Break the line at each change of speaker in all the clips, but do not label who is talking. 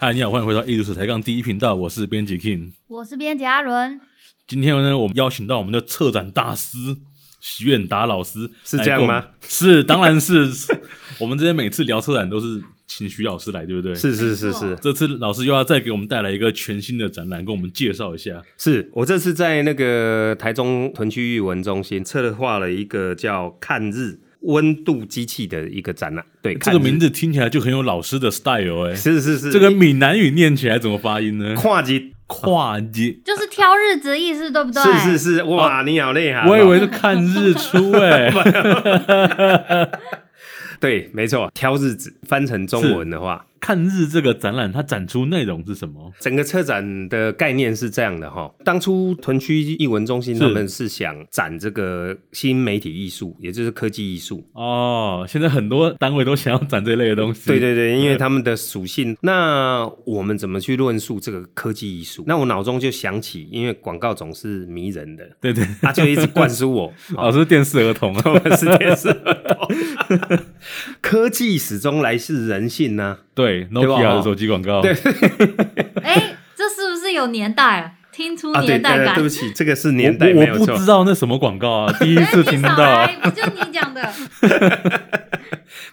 嗨，你好，欢迎回到《一如水抬杠》第一频道，我是编辑 King。
我是编辑阿伦，
今天呢，我们邀请到我们的策展大师许远达老师，
是这样吗
来跟我们？ 是，当然是。我们之前每次聊策展都是请许老师来，对不对？。
是是是
没
是
这次老师又要再给我们带来一个全新的展览，跟我们介绍一下。
是，我这次在那个台中屯区育文中心策划了一个叫“看日温度机器”的一个展览。对，
这
看
个
日
名字听起来就很有老师的 style 哎、
是是是
这个闽南语念起来怎么发音呢？
跨级，
跨 界，
就是挑日子的意思，对不对？
是是是，哇，你好厉害哦！
我以为是看日出哎、
对，没错，挑日子翻成中文的话，
看日这个展览它展出内容是什么？
整个车展的概念是这样的哈，当初屯区艺文中心
是
他们是想展这个新媒体艺术，也就是科技艺术。
哦，现在很多单位都想要展这类的东西。
对对对，因为他们的属性。那我们怎么去论述这个科技艺术？那我脑中就想起，因为广告总是迷人的，
对对，
他就一直灌输我，
老师电视儿童 啊，
我们是电视儿童科技始终来自人性呢、
对
吧
Nokia 的手机广告，
对
哎，这是不是有年代啊？听出
啊，对
年代
对，
感。
对不起，这个是年代
我
没
我
有
不
错
知。道那什么广告 啊，第一
哎
次听
你少
到啊
来，不就你讲的？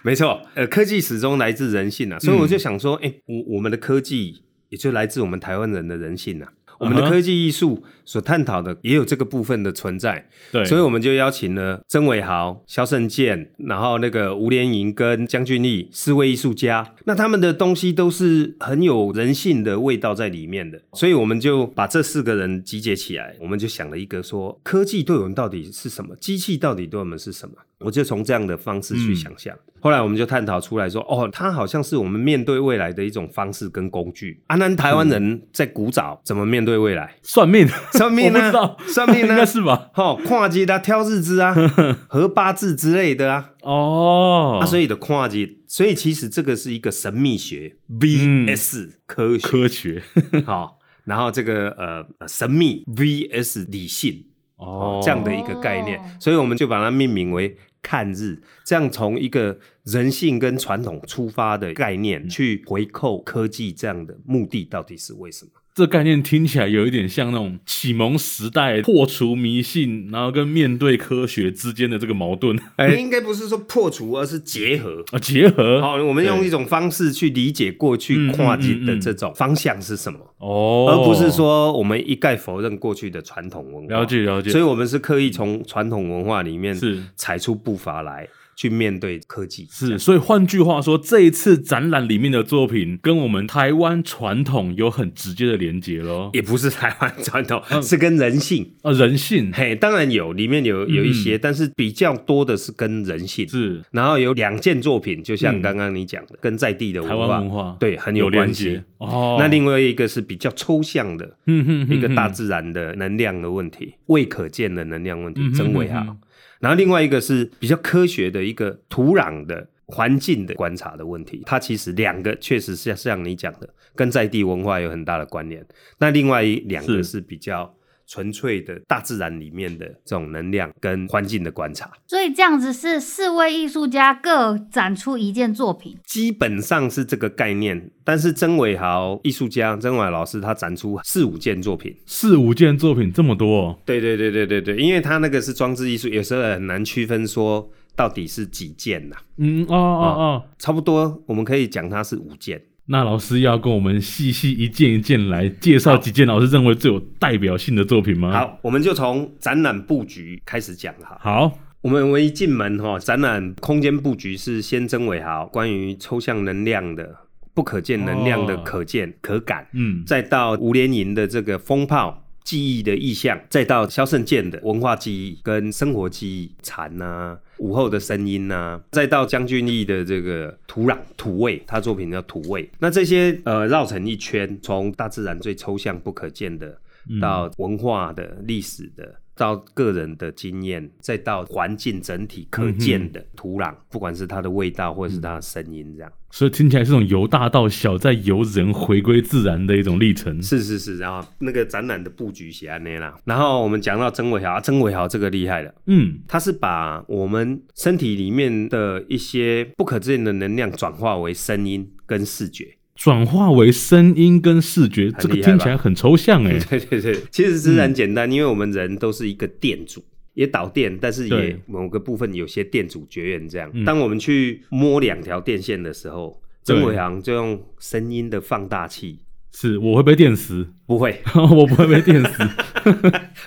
没错，呃，科技始终来自人性啊，所以我就想说，哎、我我们的科技也就来自我们台湾人的人性啊。我们
嗯
的
哼
科技艺术所探讨的也有这个部分的存在，
对，
所以我们就邀请了曾伟豪、萧胜健，然后那个吴连营跟江俊义四位艺术家，那他们的东西都是很有人性的味道在里面的，所以我们就把这四个人集结起来，我们就想了一个说，科技对我们到底是什么，机器到底对我们是什么，我就从这样的方式去想象。后来我们就探讨出来说，哦，它好像是我们面对未来的一种方式跟工具。啊，那台湾人在古早怎么面对未 来？
算命，
算命
我不知道
啊，算命
应
啊
该，是吧？
吼、跨日啊，挑日子啊， 合八字之类的啊，
哦，
啊，所以的跨日，所以其实这个是一个神秘学 VS 科学，
嗯科学，
好、然后这个呃呃神秘 VS 理性
哦，
这样的一个概念，
哦
所以我们就把它命名为看日，这样从一个人性跟传统出发的概
嗯
念去回扣科技这样的目的到底是为什么？
这概念听起来有一点像那种启蒙时代破除迷信，然后跟面对科学之间的这个矛盾啊、
哎、应该不是说破除，而是结合。
结合。
好，我们用一种方式去理解过去跨境
嗯嗯嗯
的
嗯
这种方向是什么，
哦，
而不是说我们一概否认过去的传统文化。
哦了解了解，
所以我们是刻意从传统文化里面
是
踩出步伐来去面对科技。
是，所以换句话说，这一次展览里面的作品跟我们台湾传统有很直接的连接咯。
也不是台湾传统，
嗯
是跟人性。
啊，人性
嘿，当然有，里面有有一些，但是比较多的是跟人性。
嗯是嗯
然后有两件作品，就像刚刚你讲的，跟在地的
台
文
湾
化，
文化
对很
有连
关系
接。哦。
那另外一个是比较抽象的，
嗯哼
一个大
哼
自然的能量的问题，未可见的能量问
嗯
题
哼，
真伟
嗯
啊
哼。
然后另外一个是比较科学的一个土壤的环境的观察的问题，它其实两个确实是像你讲的，跟在地文化有很大的关联。那另外一两
是
个是比较纯粹的大自然里面的这种能量跟环境的观察，
所以这样子是四位艺术家各展出一件作品，
基本上是这个概念。但是曾伟豪艺术家曾伟豪老师他展出四五件作品。
四五件作品这么多哦，
对对对对对对，因为它那个是装置艺术，有时候很难区分说到底是几件呐、
嗯哦哦
啊
哦，
差不多，我们可以讲它是五件。
那老师要跟我们细细一件一件来介绍几件老师认为最有代表性的作品吗？，
好，我们就从展览布局开始讲哈。
好，
我们我们一进门哈、展览空间布局是先曾伟豪关于抽象能量的、不可见能量的
哦
可见、可感，
嗯，
再到吴连营的这个风炮。记忆的意象，再到萧胜健的文化记忆跟生活记忆，蝉呐、午后的声音呐、再到江俊义的这个土壤土味，他作品叫土味。那这些呃绕成一圈，从大自然最抽象不可见的，到文化的、历史的，到个人的经验，再到环境整体可见的土壤，不管是它的味道或者是它的声音，这样。
所以听起来是种由大到小，再由人回归自然的一种历程。
是是是，然后那个展览的布局写安内啦。然后我们讲到曾伟豪，啊曾伟豪这个厉害了，
嗯，
他是把我们身体里面的一些不可见的能量转化为声音跟视觉。
转化为声音跟视觉，这个
厉害
听
吧
起来很抽象哎、
对对对，其实是很简单，因为我们人都是一个店主。也导电，但是也
对
某个部分有些店主绝缘这样。
嗯
当我们去摸两条电线的时候，
对
曾伟航就用声音的放大器，
是我会被电死，
不会
我不会被电死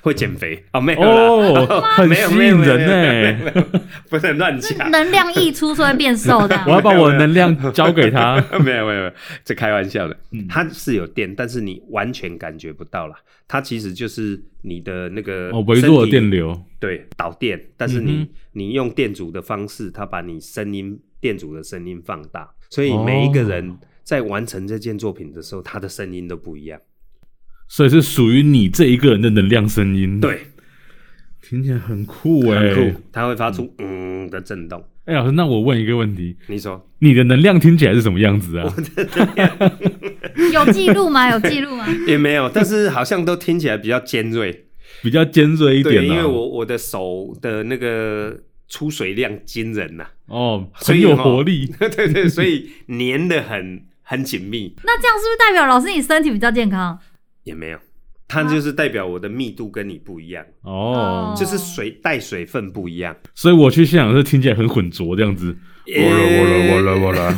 会减肥啊、 没有啦，
哦，很
没有
吸
没有
引
没有没
人
有没
哎、
有没有没有不能乱
是
讲。
能量溢出所以变瘦 这样
我。要把我的能量交给他。
没有没有没有，这开玩笑的
嗯。
它是有电，但是你完全感觉不到啦。它其实就是你的那个
哦，微弱
身
的
体
电流，
对导电，但是你、
嗯哼
你用电阻的方式，它把你声音电阻的声音放大，所以
哦
每一个人在完成这件作品的时候，他的声音都不一样。
所以是属于你这一个人的能量声音。，
对，
听起来很酷哎、
很酷，它会发出嗯的震动。
哎、老师，那我问一个问题，
你说
你的能量听起来是什么样子啊？
有记录吗？有记录 吗？
也没有，但是好像都听起来比较尖锐。
比较尖锐一点、
对，
啊，
因为我我的手的那个出水量惊人呐、
哦
所
很
以
有
哈
活力。
对对对，所以粘的很很紧密，
那这样是不是代表老师你身体比较健康？
也没有，它就是代表我的密度跟你不一样，
哦
哦，
就是水带水分不一样。
所以我去现场是听起来很浑浊这样子，
欸
啦，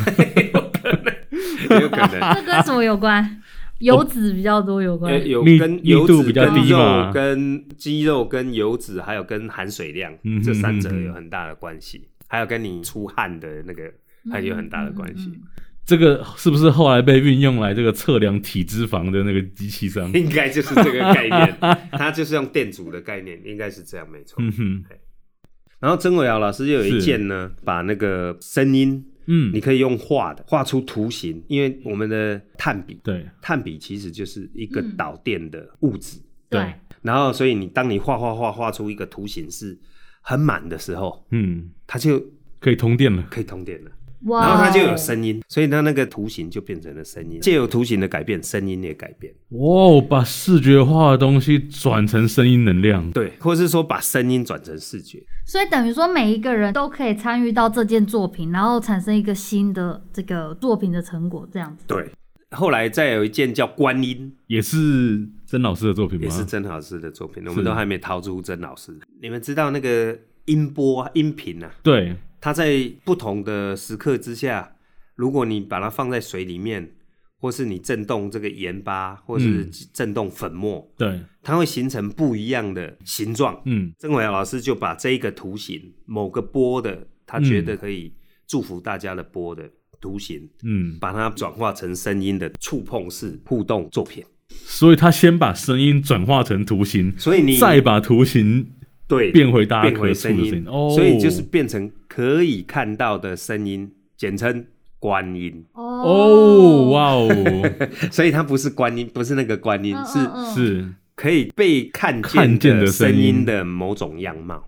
有可 能。
这跟什么有 关？油脂比较多有关
呃，。有
密
跟
密
油
度
脂、
比较
跟
低嘛
肉、跟肌肉、跟油脂，还有跟含水量，
嗯
这三者
嗯嗯嗯
有很大的关系，还有跟你出汗的那个还哎有很大的关系，
嗯
这个是不是后来被运用来这个测量体脂肪的那个机器上？
应该就是这个 概念，它就是用电阻的概念，应该是这样，没错。
嗯哼，
然后曾伟尧老师又有一
是
件呢，把那个声音，
嗯，
你可以用画的画出图形，因为我们的碳笔，
对
碳笔其实就是一个
嗯
导电的物质，
对
对，
然后，所以你当你画画画画出一个图形是很满的时候，
嗯，
它就
可以通电了。
可以通电了，
哇
然后它就有
哦
声音，所以它那个图形就变成了声音。借由图形的改变，声音也改变，
哇，把视觉化的东西转成声音能量，
对，或是说把声音转成视觉，
所以等于说，每一个人都可以参与到这件作品，然后产生一个新的这个作品的成果，这样子。
对。后来再有一件叫《观音
也是曾老师的作品》，吗？
也是曾老师的作
嗯
品，我们都还没逃出曾老师。你们知道那个音波、音频啊，
对，
它在不同的时刻之下，如果你把它放在水里面，或是你震动这个盐巴，或是
嗯
震动粉末，
对，
它会形成不一样的形状。
嗯，
曾伟尧老师就把这一个图形，某个波的，他觉得可以祝福大家的波的图形，
嗯，
把它转化成声音的触碰式互动作品。
所以他先把声音转化成图形，
所以你
再把图形
对
变回大家
变
可
回
触的
声
声
音
音，，哦，
所以就是变成可以看到的声音，简称观音。
哦，哇哦，
所以它不是观音，不是那个观音，
嗯，
是
嗯嗯
是，
可以被看
看见
的
的声
声音
音
的某种样貌。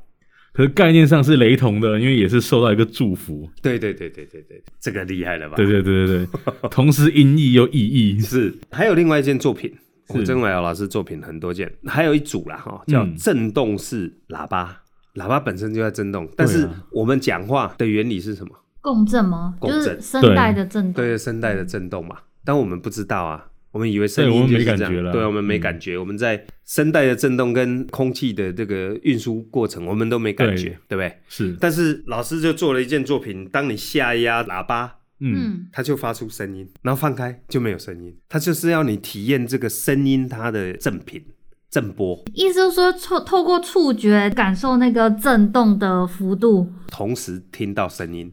可是概念上是雷同的，因为也是受到一个祝福。
对对对对对对，这个厉害了吧？
对对对对对，同时音译又意义。
是。还有另外一件作品，
是
我曾伟尧老师作品很多件，还有一组啦哈，叫
嗯
震动式喇叭。喇叭本身就在震动，但是
啊
我们讲话的原理是什么？
共振吗？
共
就
振
是声带的振动。
嗯
对声带的震动嘛。但我们不知道啊，我们以为
对
声
我
音
们
就
没
是这
感
样
觉，了
对，我们没
嗯
感觉。我们在声带的震动跟空气的这个运输过程，我们都没感觉，对不对？
是，
但是老师就做了一件作品，当你下压喇叭，
嗯，
嗯，
它就发出声音，然后放开就没有声音。它就是要你体验这个声音它的振频、震波，
意思是说，透透过触觉感受那个震动的幅度。
同时听到声音，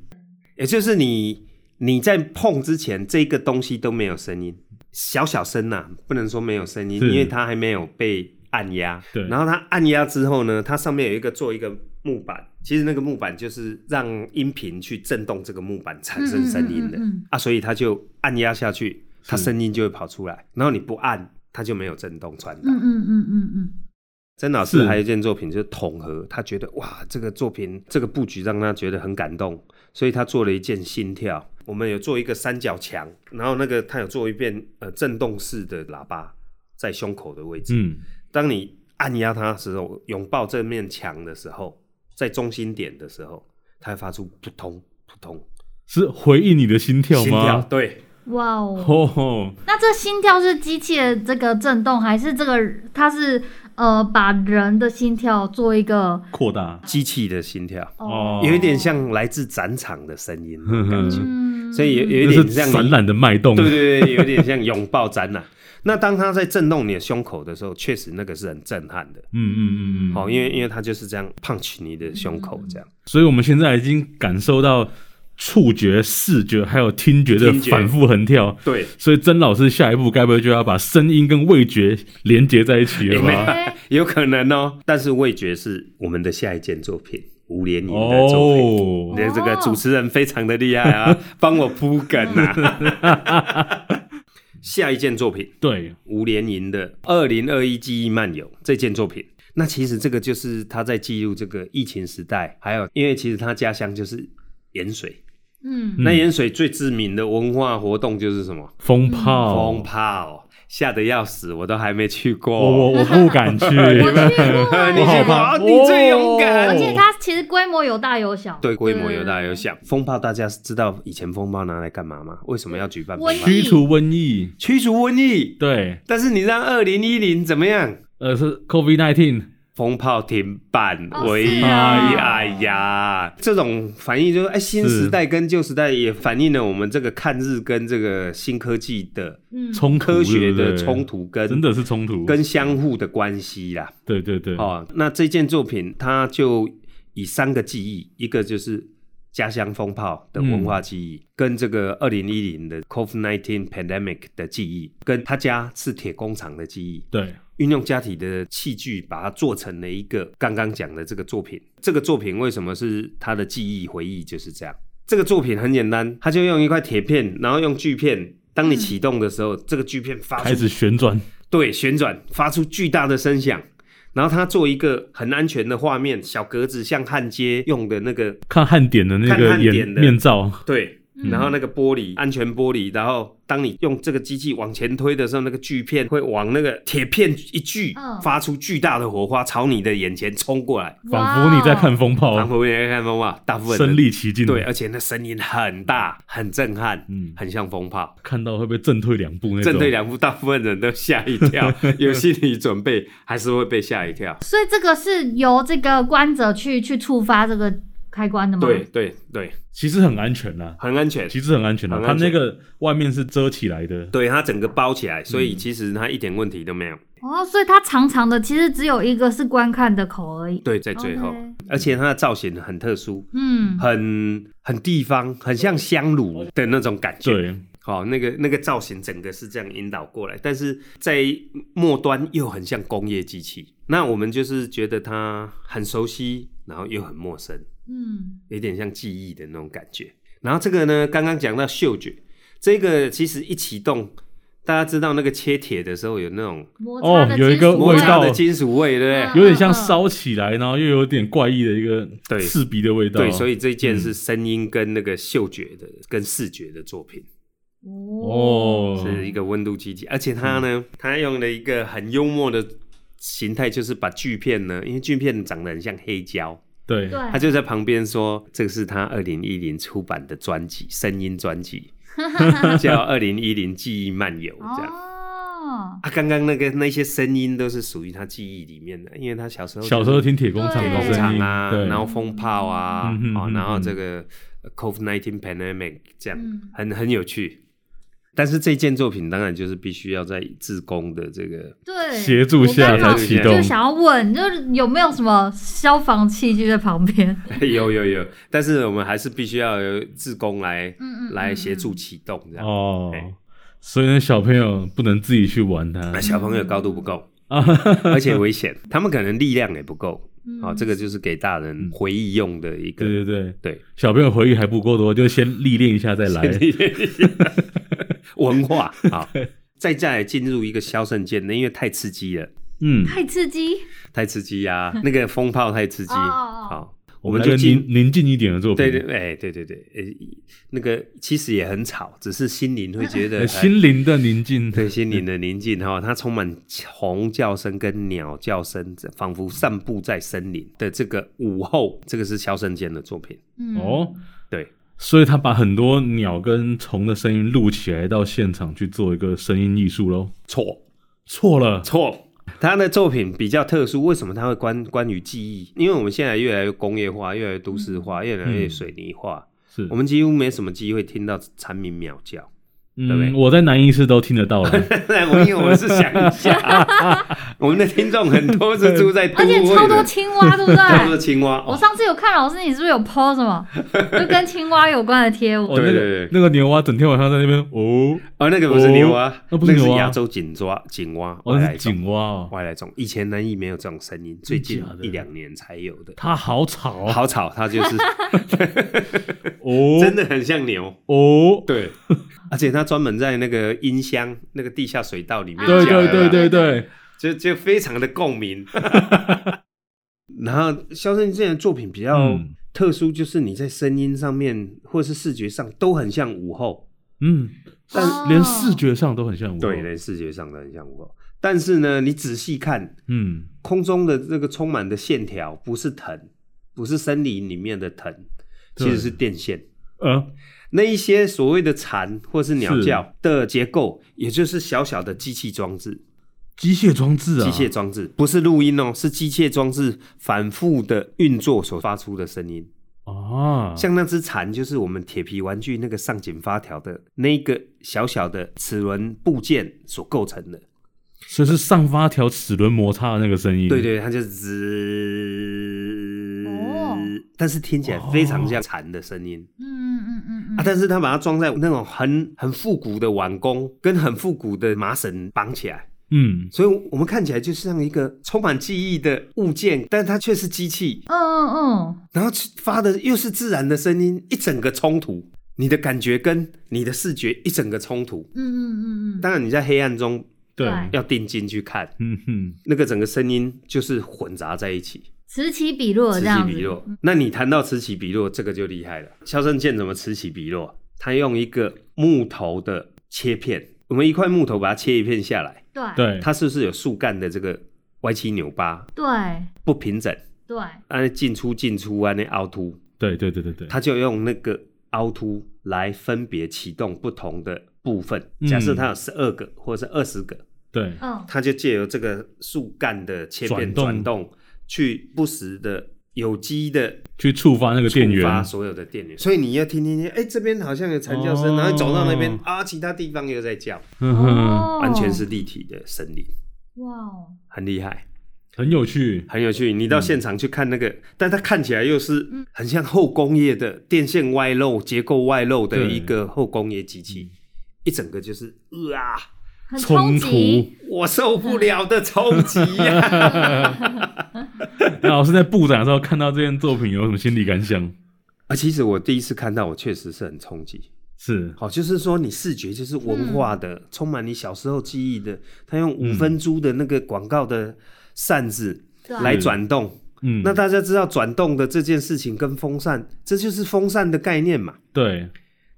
也就是你你在碰之前，这个东西都没有声音，小小声呐、不能说没有声音，
是
因为它还没有被按压。
对
然后它按压之后呢，它上面有一个做一个木板，其实那个木板就是让音频去震动这个木板产生声音的。
嗯嗯嗯嗯嗯
啊，所以它就按压下去，它
是
声音就会跑出来。然后你不按，它就没有震动传达。
嗯嗯嗯嗯嗯，
曾老师
是
还有一件作品就是统合，他觉得哇，这个作品这个布局让他觉得很感动，所以他做了一件心跳。我们有做一个三角墙，然后那个他有做一遍呃震动式的喇叭在胸口的位置。
嗯，
当你按压它的时候，拥抱这面墙的时候，在中心点的时候，它会发出扑通扑通
是回应你的心跳
心跳
吗？
对，
哇哦！
吼吼，
那这心跳是机器的这个震动，还是这个它是呃把人的心跳做一个
扩大
机器的心跳，
哦
有一点像来自展场的声音那种感觉，
嗯
所以有有
这
一点
是
像你
展览的脉动，
对对对，有点像拥抱展览。 那当它在震动你的胸口的时候，确实那个是很震撼的。
嗯嗯嗯嗯，
哦，因为因为它就是这样 punch 你的胸口，这样
所以我们现在已经感受到触觉、视觉还有听觉的
听觉
反复横跳。
对，
所以曾老师下一步该不会就要把声音跟味觉连接在一起了
没
吧？
哎
有可能哦。但是味觉是我们的下一件作品，吴连莹的作品。
哦，
你的这个主持人非常的厉害啊，帮我铺梗啊。 下一件作品，
对，
吴连莹的《二零二一记忆漫游》这件作品。那其实这个就是他在记录这个疫情时代，还有因为其实他家乡就是盐水，
嗯，
那盐水最知名的文化活动就是什么？
风炮，
嗯风炮，吓得要死，我都还没去
我
过。
我我不敢 去，
我去过哎，
你去过
哦
啊，你最勇敢。
而且它其实规模有大有小，
对规模有大有小。风炮大家知道以前风炮拿来干嘛吗？为什么要举办风
瘟
炮？
驱除瘟疫，
驱除瘟疫。
对，
但是你让二零一零怎么样？
呃是 COVID nineteen，
风炮停办，
哦
唯一、
是啊
哎呀，这种反应就是哎，新时代跟旧时代也反映了我们这个看日跟这个新科技的
嗯，
冲突
科学的
对不对
冲突跟
真的是冲突，
跟相互的关系啦。
对对对，
哦，那这件作品它就以三个记忆，一个就是家乡风炮的文化记
嗯
忆，跟这个二零一零的 COVID-19 pandemic 的记忆，跟他家是铁工厂的记忆，
对，
运用家体的器具把它做成了一个刚刚讲的这个作品。这个作品为什么是他的记忆回忆就是这样？这个作品很简单，他就用一块铁片，然后用锯片。当你启动的时候，这个锯片发
开
出
始旋转，
对，旋转发出巨大的声响，然后它做一个很安全的画面，小格子像焊接用的那个，
看汉典的那
看
个
汉
眼
典的
面罩，
对，
嗯
然后那个玻璃、安全玻璃，然后当你用这个机器往前推的时候，那个锯片会往那个铁片一锯，
嗯
发出巨大的火花，朝你的眼前冲过来。
哦
仿佛你在看风
然
炮，
后你看风暴，大部分
哦身
人
临其境，
对，，而且那声音很大，很震撼，
嗯，
很像风炮。
看到会被震退两步那种，
正对两步，大部分人都吓一 跳，有心理准备，还是会被吓一跳。
所以这个是由这个观者去去触发这个开关的吗？
对，对对，
其实很安全啦，
很安全。
嗯其实很安全啦，
很
它
安
那
全
个外面是遮起来的，
对，它整个包起来，
嗯
所以其实它一点问题都没有。
哦，所以它长长的，其实只有一个是观看的口而已。
对，在最后
OK
而且它的造型很特殊，
嗯，
很很地方，很像香炉的那种感觉。，
对，
好、那个那个造型整个是这样引导过来，但是在末端又很像工业机器。那我们就是觉得它很熟悉，然后又很陌生。
嗯，
有点像记忆的那种感觉。然后这个呢，刚刚讲到嗅觉，这个其实一启动，大家知道那个切铁的时候有那种
摩擦的
哦有一个
金属
味
摩擦
道
的金属味，对不
嗯
有点像烧起来，然后又有点怪异的一个
对
刺鼻的味道，
对？对，所以这件
嗯
是声音跟那个嗅觉的、跟视觉的作品，
哦，
哦，嗯
是一个温度机体，而且它呢，它用了一个很幽默的。形态就是把锯片呢，因为锯片长得很像黑胶，
对
对，，
他就在旁边说：“这个是他二零一零出版的专辑，声音 专辑，叫《二零一零记忆漫游》这样。”
哦，
啊，刚刚那个那些声音都是属于他记忆里面的，因为他小时候
小时候听铁工厂
对
的
工
声
厂
音，
啊，
对，
然后风炮啊，
嗯哼
哦
嗯，
然后
哼
这个 COVID nineteen pandemic 这样，
嗯
很很有趣。但是这件作品当然就是必须要在自工的 这个
对，
协助下
我刚好
才启
动
就想要问，就是有没有什么消防器具在旁边？
有有有，但是我们还是必须要由自工来
嗯嗯
来协助启动这样。
哦
哎，
所以呢，小朋友不能自己去玩它
那小朋友高度不够，
啊，
而且危险，他们可能力量也不够。
嗯
哦，这个就是给大人回忆用的一个。
对对对，
对，
小朋友回忆还不够多，就先历练一下再来，
文化啊， 再再来进入一个萧圣剑的，因为太刺激了，
嗯，
太刺激，
太刺激呀、那个风炮太刺激，
哦哦哦
好，
我
我
们
们
就
就
宁
进。
宁静一点的作品，
对对，哎，对对对，呃，那个其实也很吵，只是心灵会觉得
呃 心灵的宁静，
对心灵的宁静哈、它充满虫叫声跟鸟叫声，仿佛散步在森林的这个午后，这个是萧圣剑的作品。
嗯，
哦，
对，
所以他把很多鸟跟虫的声音录起来，到现场去做一个声音艺术喽。
错
错了，
错。他的作品比较特殊，为什么他会关关于记忆？因为我们现在越来越工业化，越来越都市化，越来越水泥化，
是
我们几乎没什么机会听到蝉鸣鸟叫。对不对
嗯，我在南医师都听得到了。
我因为我们是乡 下，我们的听众很多是住在都
而
会
且
的，
超多青 蛙，对不
超多
对？
青蛙。
我上次有看老师，你是不是有 PO 什么就跟青蛙有关的贴文？
哦，
对
那
对对
个那个牛蛙整天晚上在那边哦，
哦，那个不是牛蛙，
那不是牛蛙啊
那个亚洲锦蛙，锦蛙，
哦
外
那
来
是
种
井蛙哦，
外来种。以前南艺没有这种声音，最近
真假的
一两年才有的。
它好吵哦，
好吵，它就是
哦
真的很像牛。
哦，
对， 而且它专门在那个音箱、那个地下水道里面
对对
叫的
对
啦
对对，
就就非常的 共鸣。然后肖申这的作品比较
嗯
特殊，就是你在声音上面或是视觉上都很像午后，
嗯，
但
连视觉上都很像我，
哦对，连视觉上都很像午后。但是呢，你仔细看
嗯，
空中的这个充满的线条，不是藤，不是森林里面的藤，
对
其实是电线。
呃，
那一些所谓的蝉或是鸟
是
叫的结构，也就是小小的机器装置，
机械装置啊，
机械装置，不是录音哦，是机械装置反复的运作所发出的声音。
啊，
像那只蝉，就是我们铁皮玩具那个上紧发条的那个小小的齿轮部件所构成的。
嗯所以是上发条齿轮摩擦的那个声音，
对，对，它就是滋，
哦
但是听起来非常像蝉的声
哦
音、
嗯嗯嗯嗯嗯，
啊！但是它把它装在那种很很复古的碗弓跟很复古的麻绳绑起来。
嗯，
所以我们看起来就像一个充满记忆的物件，但它却是机器，
嗯嗯
然后发的又是自然的声音，一整个冲突，你的感觉跟你的视觉一整个冲突。
嗯嗯嗯嗯嗯，
当然你在黑暗中
对，
对
要定睛去看，
嗯哼，
那个整个声音就是混杂在一起，
此起彼落
此
这
起
样
彼
子，
落。那你谈到此起彼落，这个就厉害了。肖申剑怎么此起彼落？他用一个木头的切片，我们一块木头把它切一片下来，
对对
对，
它是不是有树干的这个歪七扭八、
对
不平整？
对，
按啊进出进出啊按那凹凸，
对对对对对，
他就用那个凹凸来分别启动不同的部分。
嗯
假设它有十二个或者是二十个，
对，
嗯
它就借由这个树干的切片
转动
转动，去不时的有机的
去触发那个电
触发
源，
所有的电源。所以你要听听听，哎、这边好像有蝉叫声，
哦
然后走到那边啊，其他地方又在叫，
嗯哼，
哦
完全是立体的森林，
哇哦，
很厉害。
很有趣，
很有趣，你到现场去看那个，但它看起来又是很像后工业的电线外露、结构外露的
对
一个后工业机器，一整个就是呃啊，
很
冲
冲
突
击，。
我受不了的冲击 呀！
那哎老师在布展的时候看到这件作品有什么心理感想？
啊，其实我第一次看到，我确实是很冲击。
是，
好，就是说你视觉就是文化的，充满你小时候记忆的，它用五分猪的那个广告的扇子
对
来转动。
嗯，
那大家知道转动的这件事情跟风扇，这就是风扇的概念嘛。
对，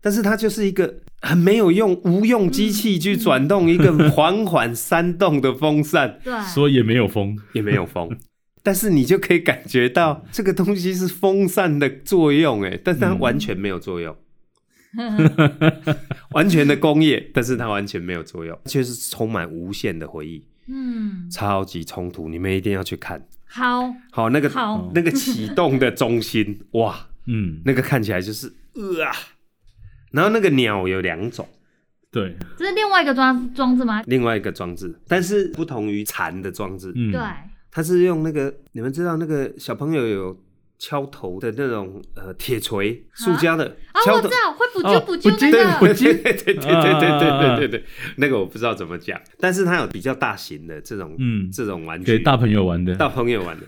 但是它就是一个很没有用、无用机器去转动一个缓缓扇动的风 扇，
对，
所以也没有风，
也没有风。但是你就可以感觉到这个东西是风扇的作用，哎，但是它完全没有作用，嗯 完全的工业，但是它完全没有作用，却是充满无限的回忆，
嗯，
超级冲突，你们一定要去看。
好，
好，那个
好
那个启动的中心，哇，
嗯，
那个看起来就是呃啊，然后那个鸟有两种。
对，
这是另外一个装装置吗？
另外一个装置，但是不同于蝉的装置，
嗯，
对，啊
它是用那个你们知道那个小朋友有敲头的那种呃铁锤，塑胶的
啊，
敲
我
头
知。道会补
哦
救补救
不
那
见
个，
不
对对
见
对对对对对对对对，那个我不知道怎么讲，但是它有比较大型的这种，
嗯
这种玩具
给大朋友玩 的，
大朋友玩的，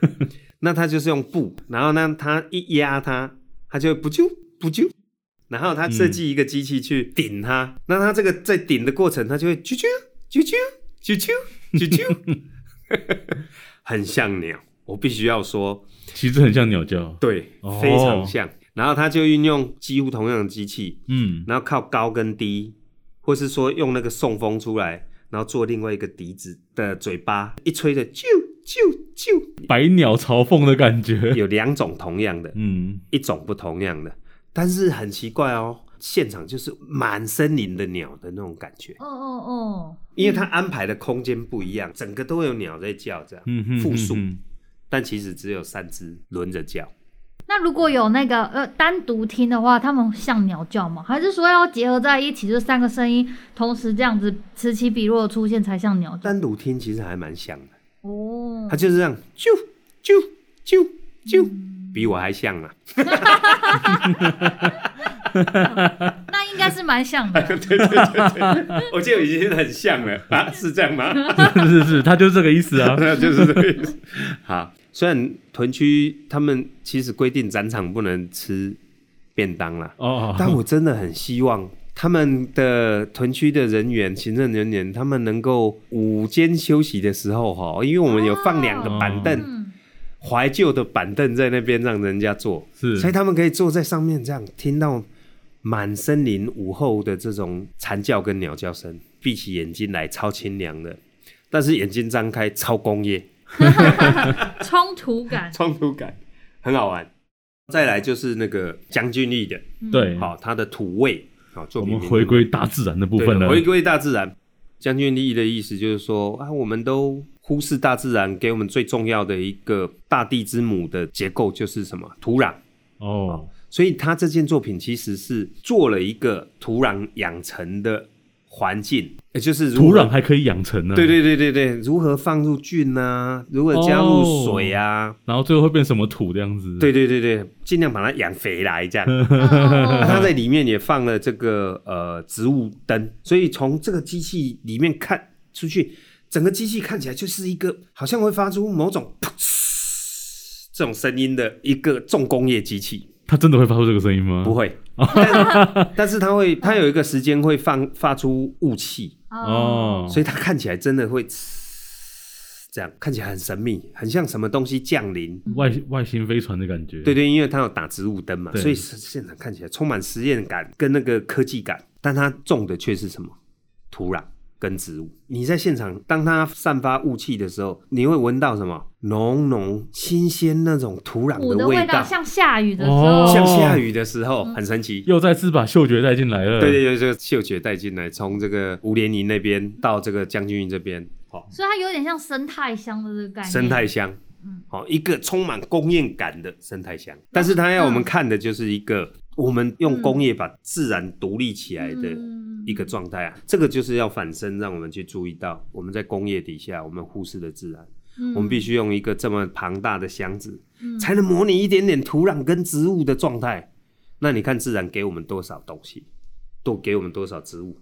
那它就是用布，然后呢，它一压它，它就会不啾不啾，然后它设计一个机器去顶它，那它这个在顶的过程，它就会啾啾啾啾啾啾啾啾，很像鸟，我必须要说，
其实很像鸟叫，
对
哦，
非常像。然后它就运用几乎同样的机器，
嗯，
然后靠高跟低，或是说用那个送风出来，然后做另外一个笛子的嘴巴一吹的啾啾啾，
百鸟朝凤的感觉，
有两种同样的，
嗯，
一种不同样的。但是很奇怪哦，现场就是满森林的鸟的那种感觉，
哦哦哦，
因为它安排的空间不一样，整个都有鸟在叫，这样
嗯哼，
复数，
嗯
但其实只有三只轮着叫。
那如果有那个呃单独听的话，他们像鸟叫吗？还是说要结合在一起，就是三个声音同时这样子此起彼落的出现才像鸟叫？
单独听其实还蛮像的，
哦
它，就是这样啾啾啾啾，
嗯
比我还像 啊。
那应该是蛮像的。
我记得已经很 像了啊，是这样吗？
哼是是是，他就这个意思 啊。
就是这个意思。好，虽然屯区他们其实规定展场不能吃便当啦，
哦，
但我真的很希望他们的屯区的人员、行政人员，他们能够午间休息的时候哈，因为我们有放两个板
啊
凳，
嗯，
怀旧的板凳在那边让人家坐，
是
所以他们可以坐在上面这样听到满森林午后的这种蝉叫跟鸟叫声，闭起眼睛来超清凉的，但是眼睛张开超工业。
冲突 感。
冲突感，很好玩。再来就是那个将军力的，
对，
好、它的土味，好、作
我
品
们
名称
回归大自然的部
对
分了。
回归大自然。将军力的意思就是说啊，我们都忽视大自然给我们最重要的一个大地之母的结构就是什么土壤，
哦，
所以他这件作品其实是做了一个土壤养成的环境，也就是如
土
何
壤还可以养成呢。
对，对对对对，如何放入菌啊，如何加入水啊，
然后最后会变什么土这样子？
对对对对，尽量把它养肥来这样。
哦哦
那
哦
它在里面也放了这个呃植物灯，所以从这个机器里面看出去，整个机器看起来就是一个好像会发出某种噗嗤这种声音的一个重工业机器。
它真的会发出这个声音吗？
不会，但但是 它会，它有一个时间会放发出雾气，
哦，
哦，
所以它看起来真的会嗤这样，看起来很神秘，很像什么东西降临。
外外星飞船的感觉。
对对，因为它有打植物灯嘛，
对
所以是现场看起来充满实验感跟那个科技感，但它种的却是什么土壤跟植物。你在现场，当它散发雾气的时候，你会闻到什么浓浓新鲜那种土壤
土
的
的
味
味道
道，
像下雨的时
哦
候，
像下雨的时候，很神奇。
又再次把嗅觉带进来了。
对对对，这个嗅觉带进来，从这个吴连营那边到这个将军营这边，好、
所以它有点像生态箱的这个概念。
生态箱，
嗯
好、一个充满工业感的生态箱。但是它要我们
嗯
看的就是一个我们用工业把自然独立起来的
嗯
一个状态啊，这个就是要反身，让我们去注意到我们在工业底下我们忽视的自然，
嗯
我们必须用一个这么庞大的箱子，才能模拟一点点土壤跟植物的状态。那你看自然给我们多少东西，多给我们多少植物，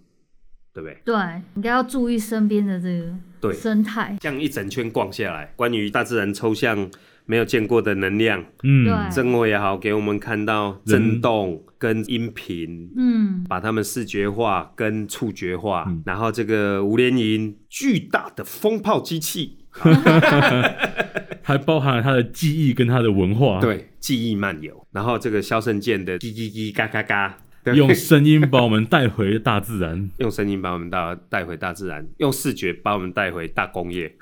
对不对？
对，应该要注意身边的这个
对，
生态。
这样一整圈逛下来，关于大自然抽象没有见过的能量，
嗯，
对
震动也好，给我们看到震动跟音频，
嗯，
把它们视觉化跟触觉化，
嗯
然后这个无联营巨大的风炮机器，
还包含了他的记忆跟他的文化。。
对，记忆漫游，然后这个萧圣剑的叽叽叽嘎嘎嘎，对
用声音把我们带回大自然。
用声音把我们到带回大自然，用视觉把我们带回大 工业。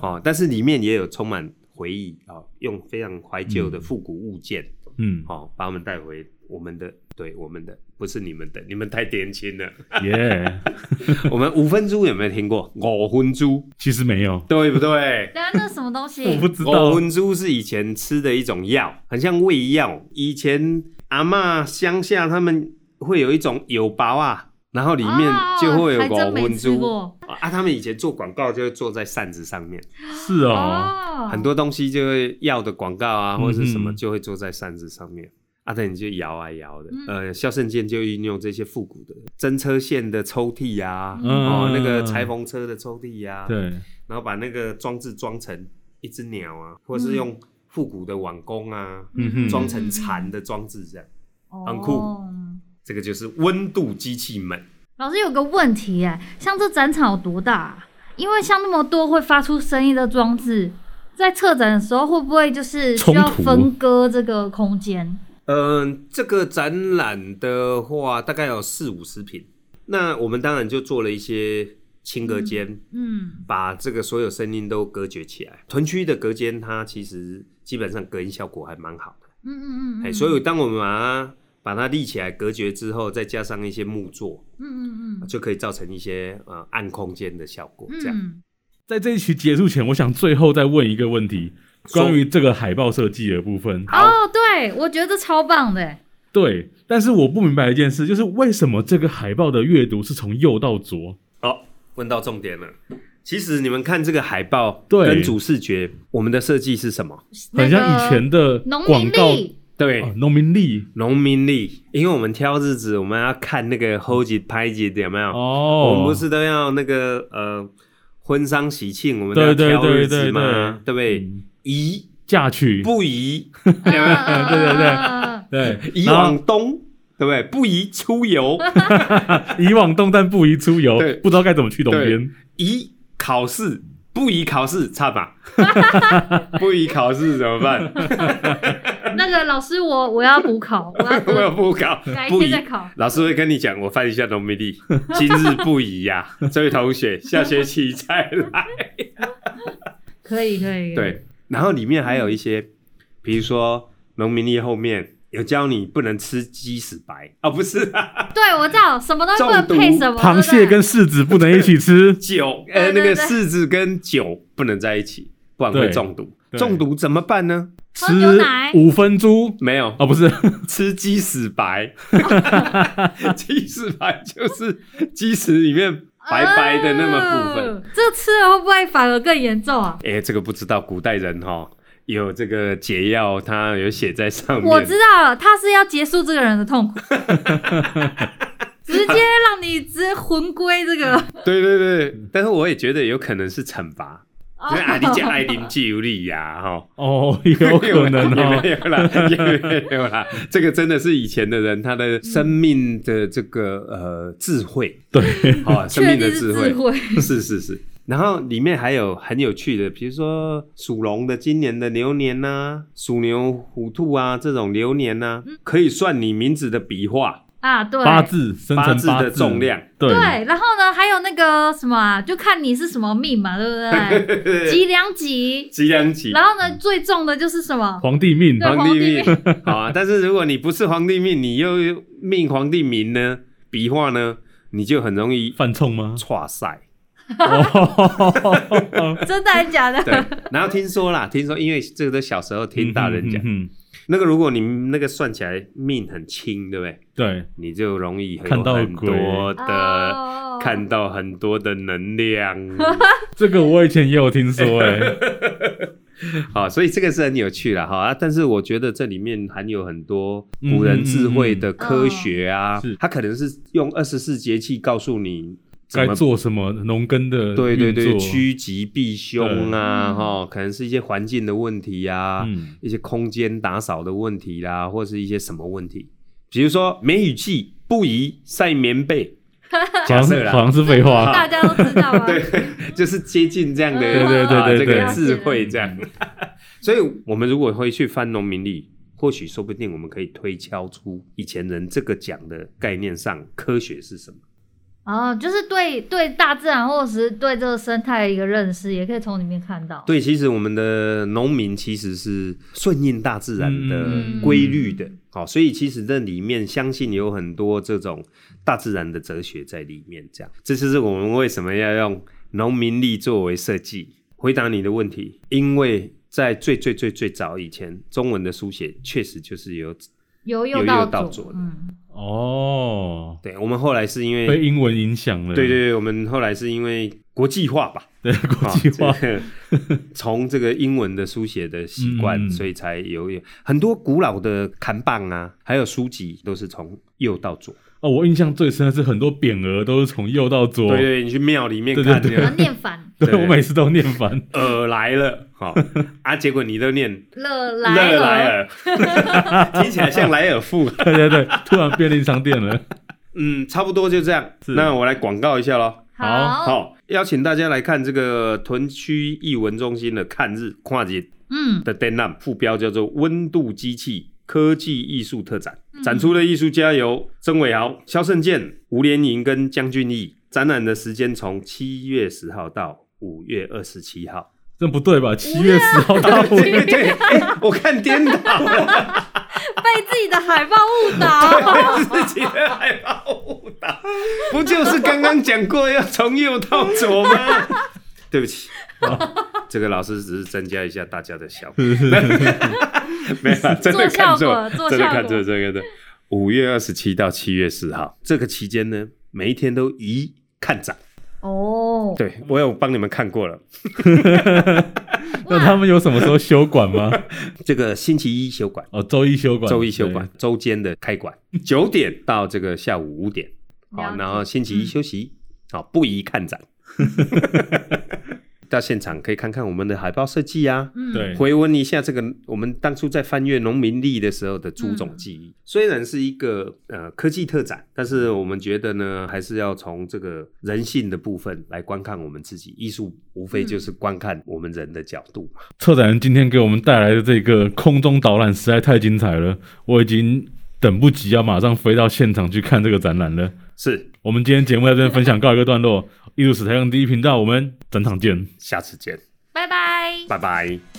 哦，但是里面也有充满回忆啊、哦，用非常怀旧的复古物件，
嗯，
哦，把我们带回我们的，对我们的，不是你们的，你们太年轻了。
耶，
我们五分猪有没有听过？五分猪
其实没有，
对不对？
对啊，那是什么东西？
我不 知道
五。分猪是以前吃的一种药，很像胃药。以前阿嬷乡下他们会有一种油包啊，然后里面就会有
哦还真
五
没
分
吃
猪。
过
啊，他们以前做广告就会做在扇子上面，
是哦，
哦，
很多东西就会要的广告啊，
嗯
或者是什么就会做在扇子上面。啊，那你就摇啊摇的，
嗯
呃，肖圣剑就运用这些复古的针车线的抽屉呀、
嗯
哦，那个裁缝车的抽屉啊呀、
对，
然后把那个装置装成一只鸟啊，或是
嗯
用复古的网工啊，
嗯哼
装成蝉的装置这样，很酷
酷。
这个就是温度机器们。
哦老师有个问题哎，像这展场有多大啊？因为像那么多会发出声音的装置，在策展的时候会不会就是需要
冲突
分割这个空间？
嗯，这个展览的话，大概有四五十品。那我们当然就做了一些清隔间，
嗯，
把这个所有声音都隔绝起来。屯区的隔间，它其实基本上隔音效果还蛮好的。
嗯嗯嗯
哎、
嗯，
所以当我们把它把它立起来隔绝之后，再加上一些木座，
嗯嗯嗯，
就可以造成一些呃暗空间的效果。这样，
嗯，
在这一期结束前，我想最后再问一个问题，
说
关于这个海报设计的部分。
哦，对，我觉得超棒的，
对，但是我不明白一件事，就是为什么这个海报的阅读是从右到左？
哦，问到重点了。其实你们看这个海报，
对
跟主视觉，我们的设计是什么？
很像以前的
那个农
广
民
告
力，
对，
哦农民力
农民历，因为我们挑日子，我们要看那个后几拍几有没有？
哦，
啊我们不是都要那个呃婚丧喜庆，我们都
对
要
对
挑
对
日子
对
嘛，对不对
嗯？
宜
嫁娶，
不宜，
对 对对，
对，
宜
然后
往东，对不对？不宜出游，
以往东但不宜出游
对，
不知道该怎么去东边。
宜考试，不宜考试，差吧？ 不宜考试怎么办？
那个老师，我我要补考，我要
我
补，
不考
改，
不
天
宜
再。考。
老师会跟你讲，我翻一下农民 历，今日不宜呀、这位同学，下学期再来。
可以可以，可以，
对，然后里面还有一些，比如说农民历后面有教你不能吃鸡屎白啊、不是、啊、
对我知道什么东西不能
中毒，
配什么，
螃蟹
对不对
跟柿子不能一起吃
酒，
对
呃，那
对
个
对
柿子跟酒不能在一起，不然会
对
中毒。
对
中毒怎么办呢？
吃
喝牛奶
五分猪
没有，
哦，不 是
吃鸡屎 白，鸡屎白就是鸡屎里面白白的那么部分。
哦这吃了会不会反而更严重啊？
哎、这个不知道，古代人哈有这个解药，它有写在上面。
我知道了，他是要结束这个人的痛 苦，直接让你直接魂归这 个。
对对对，但是我也觉得有可能是惩罚，
哦
就是啊，你讲爱林记有理呀，哈。
哦，有可能
也没
哦。
有啦，也没有啦。这个真的是以前的人他的生命的这个呃智慧，
对，
好、生
确
命
定
的
是
智
智
慧，
慧，
是是是。然后里面还有很有趣的，比如说属龙的今年的流年呐、属牛、虎、兔啊这种流年呐、
嗯
可以算你名字的笔画，
啊，对，
八字生成
八字的重量，
对
对，然后呢，还有那个什么、啊，就看你是什么命嘛，对 不对？几两几，
吉良吉。
然后呢，最重的就是什 么？
皇帝命
对
皇帝命，好啊！但是如果你不是皇帝命，你又命皇帝名呢，笔画呢，你就很容易
犯冲吗？
岔赛。
哦
真的还是假的？
对，然后听说啦，听说因为这个都小时候听大人讲，
嗯哼嗯哼
那个如果你那个算起来命很轻，对不对？
对，
你就容易有
看到
很
鬼
多的。
哦
看到很多的能量，
这个我以前也有听说，哎，
好，所以这个是很有趣啦，哈、啊。但是我觉得这里面含有很多
嗯
古人智慧的科学
嗯
啊，
嗯嗯嗯是
它可能是用二十四节气告诉你怎
该
么
做什么农耕的
对对对，
呃运作
趋吉避凶啊，
对嗯
哈、可能是一些环境的问题呀、
嗯
一些空间打扫的问题啦，或是一些什么问题，比如说梅雨季不宜晒棉被，
好
假
像
设
是好
啦，
像是废话，
大家都知 道啊。
对，就是接近这样的，
对
对对
啊
对
这
对嗯
个智慧这样。 所以，我们如果会去翻农民历，或许说不定我们可以推敲出以前人这个讲的概念上科学是什么。
哦，就是对对大自然或者是对这个生态的一个认识，也可以从里面看到。
对，其实我们的农民其实是顺应大自然的
嗯
规律的，好、所以其实这里面相信有很多这种大自然的哲学在里面。这样，这就是我们为什么要用农民力作为设计。回答你的问题，因为在最最最最早以前，中文的书写确实就是有，
由
由
右到
右到左
左，
的
嗯，
哦，
对我们后来是因为，
被英文影响了，
对对对，我们后来是因为国际化吧，
对，国际化
啊，这个 从这个英文的书写的习惯，
嗯嗯
所以才有有很多古老的看板啊，还有书籍都是从右到左。
哦，我印象最深的是很多匾额都是从右到左，
对对，你去庙里面
对
看，
对对
然
那
后
个
念反
对
对
我每次都念反，
尔来了， 好啊，结果你都念
乐
勒
来了，
来 尔，听起来像莱尔富。
对对对，突然便利商店了，
嗯，差不多就这样。
是
那我来广告一下喽。
好
好，
好，邀请大家来看这个屯区艺文中心的看日跨节
嗯，
的展览，副标叫做“温度机器科技艺术特展”，展出的艺术家有曾伟豪、肖胜健、吴连营跟江俊义。展览的时间从七月十号到五月二十七号。
这不对吧？七月十号到
对对对，哎我看颠倒了。
被自己的海报误导。
自己的海报误导，不就是刚刚讲过要从右到左吗？ 对不起，哦这个老师只是增加一下大家的笑，没有啦，真的看
做效
错，
果做效果
真的看错这个的。五月二十七到七月四号这个期间呢，每一天都一看涨。
哦，
对我有帮你们看过了，
那他们有什么时候休馆吗？
这个星期一休馆。
哦，周一休馆，
周一休馆，周间的开馆，九点到这个下午五点，
了
好，
解嗯
然后星期一休息，好，不宜看展。 到现场可以看看我们的海报设计啊，
嗯，
对，对，
回温一下这个我们当初在翻阅农民历的时候的诸种记
嗯
忆。虽然是一个呃科技特展，但是我们觉得呢，还是要从这个人性的部分来观看我们自己。艺术无
嗯
非就是观看我们人的角度嘛。
策展人今天给我们带来的这个空中导览实在太精彩了，我已经等不及要马上飞到现场去看这个展览了。
是，
我们今天节目在这边分享告一个段落，艺术史台用第一频道，我们整场见。
下次见，
拜拜。
拜拜。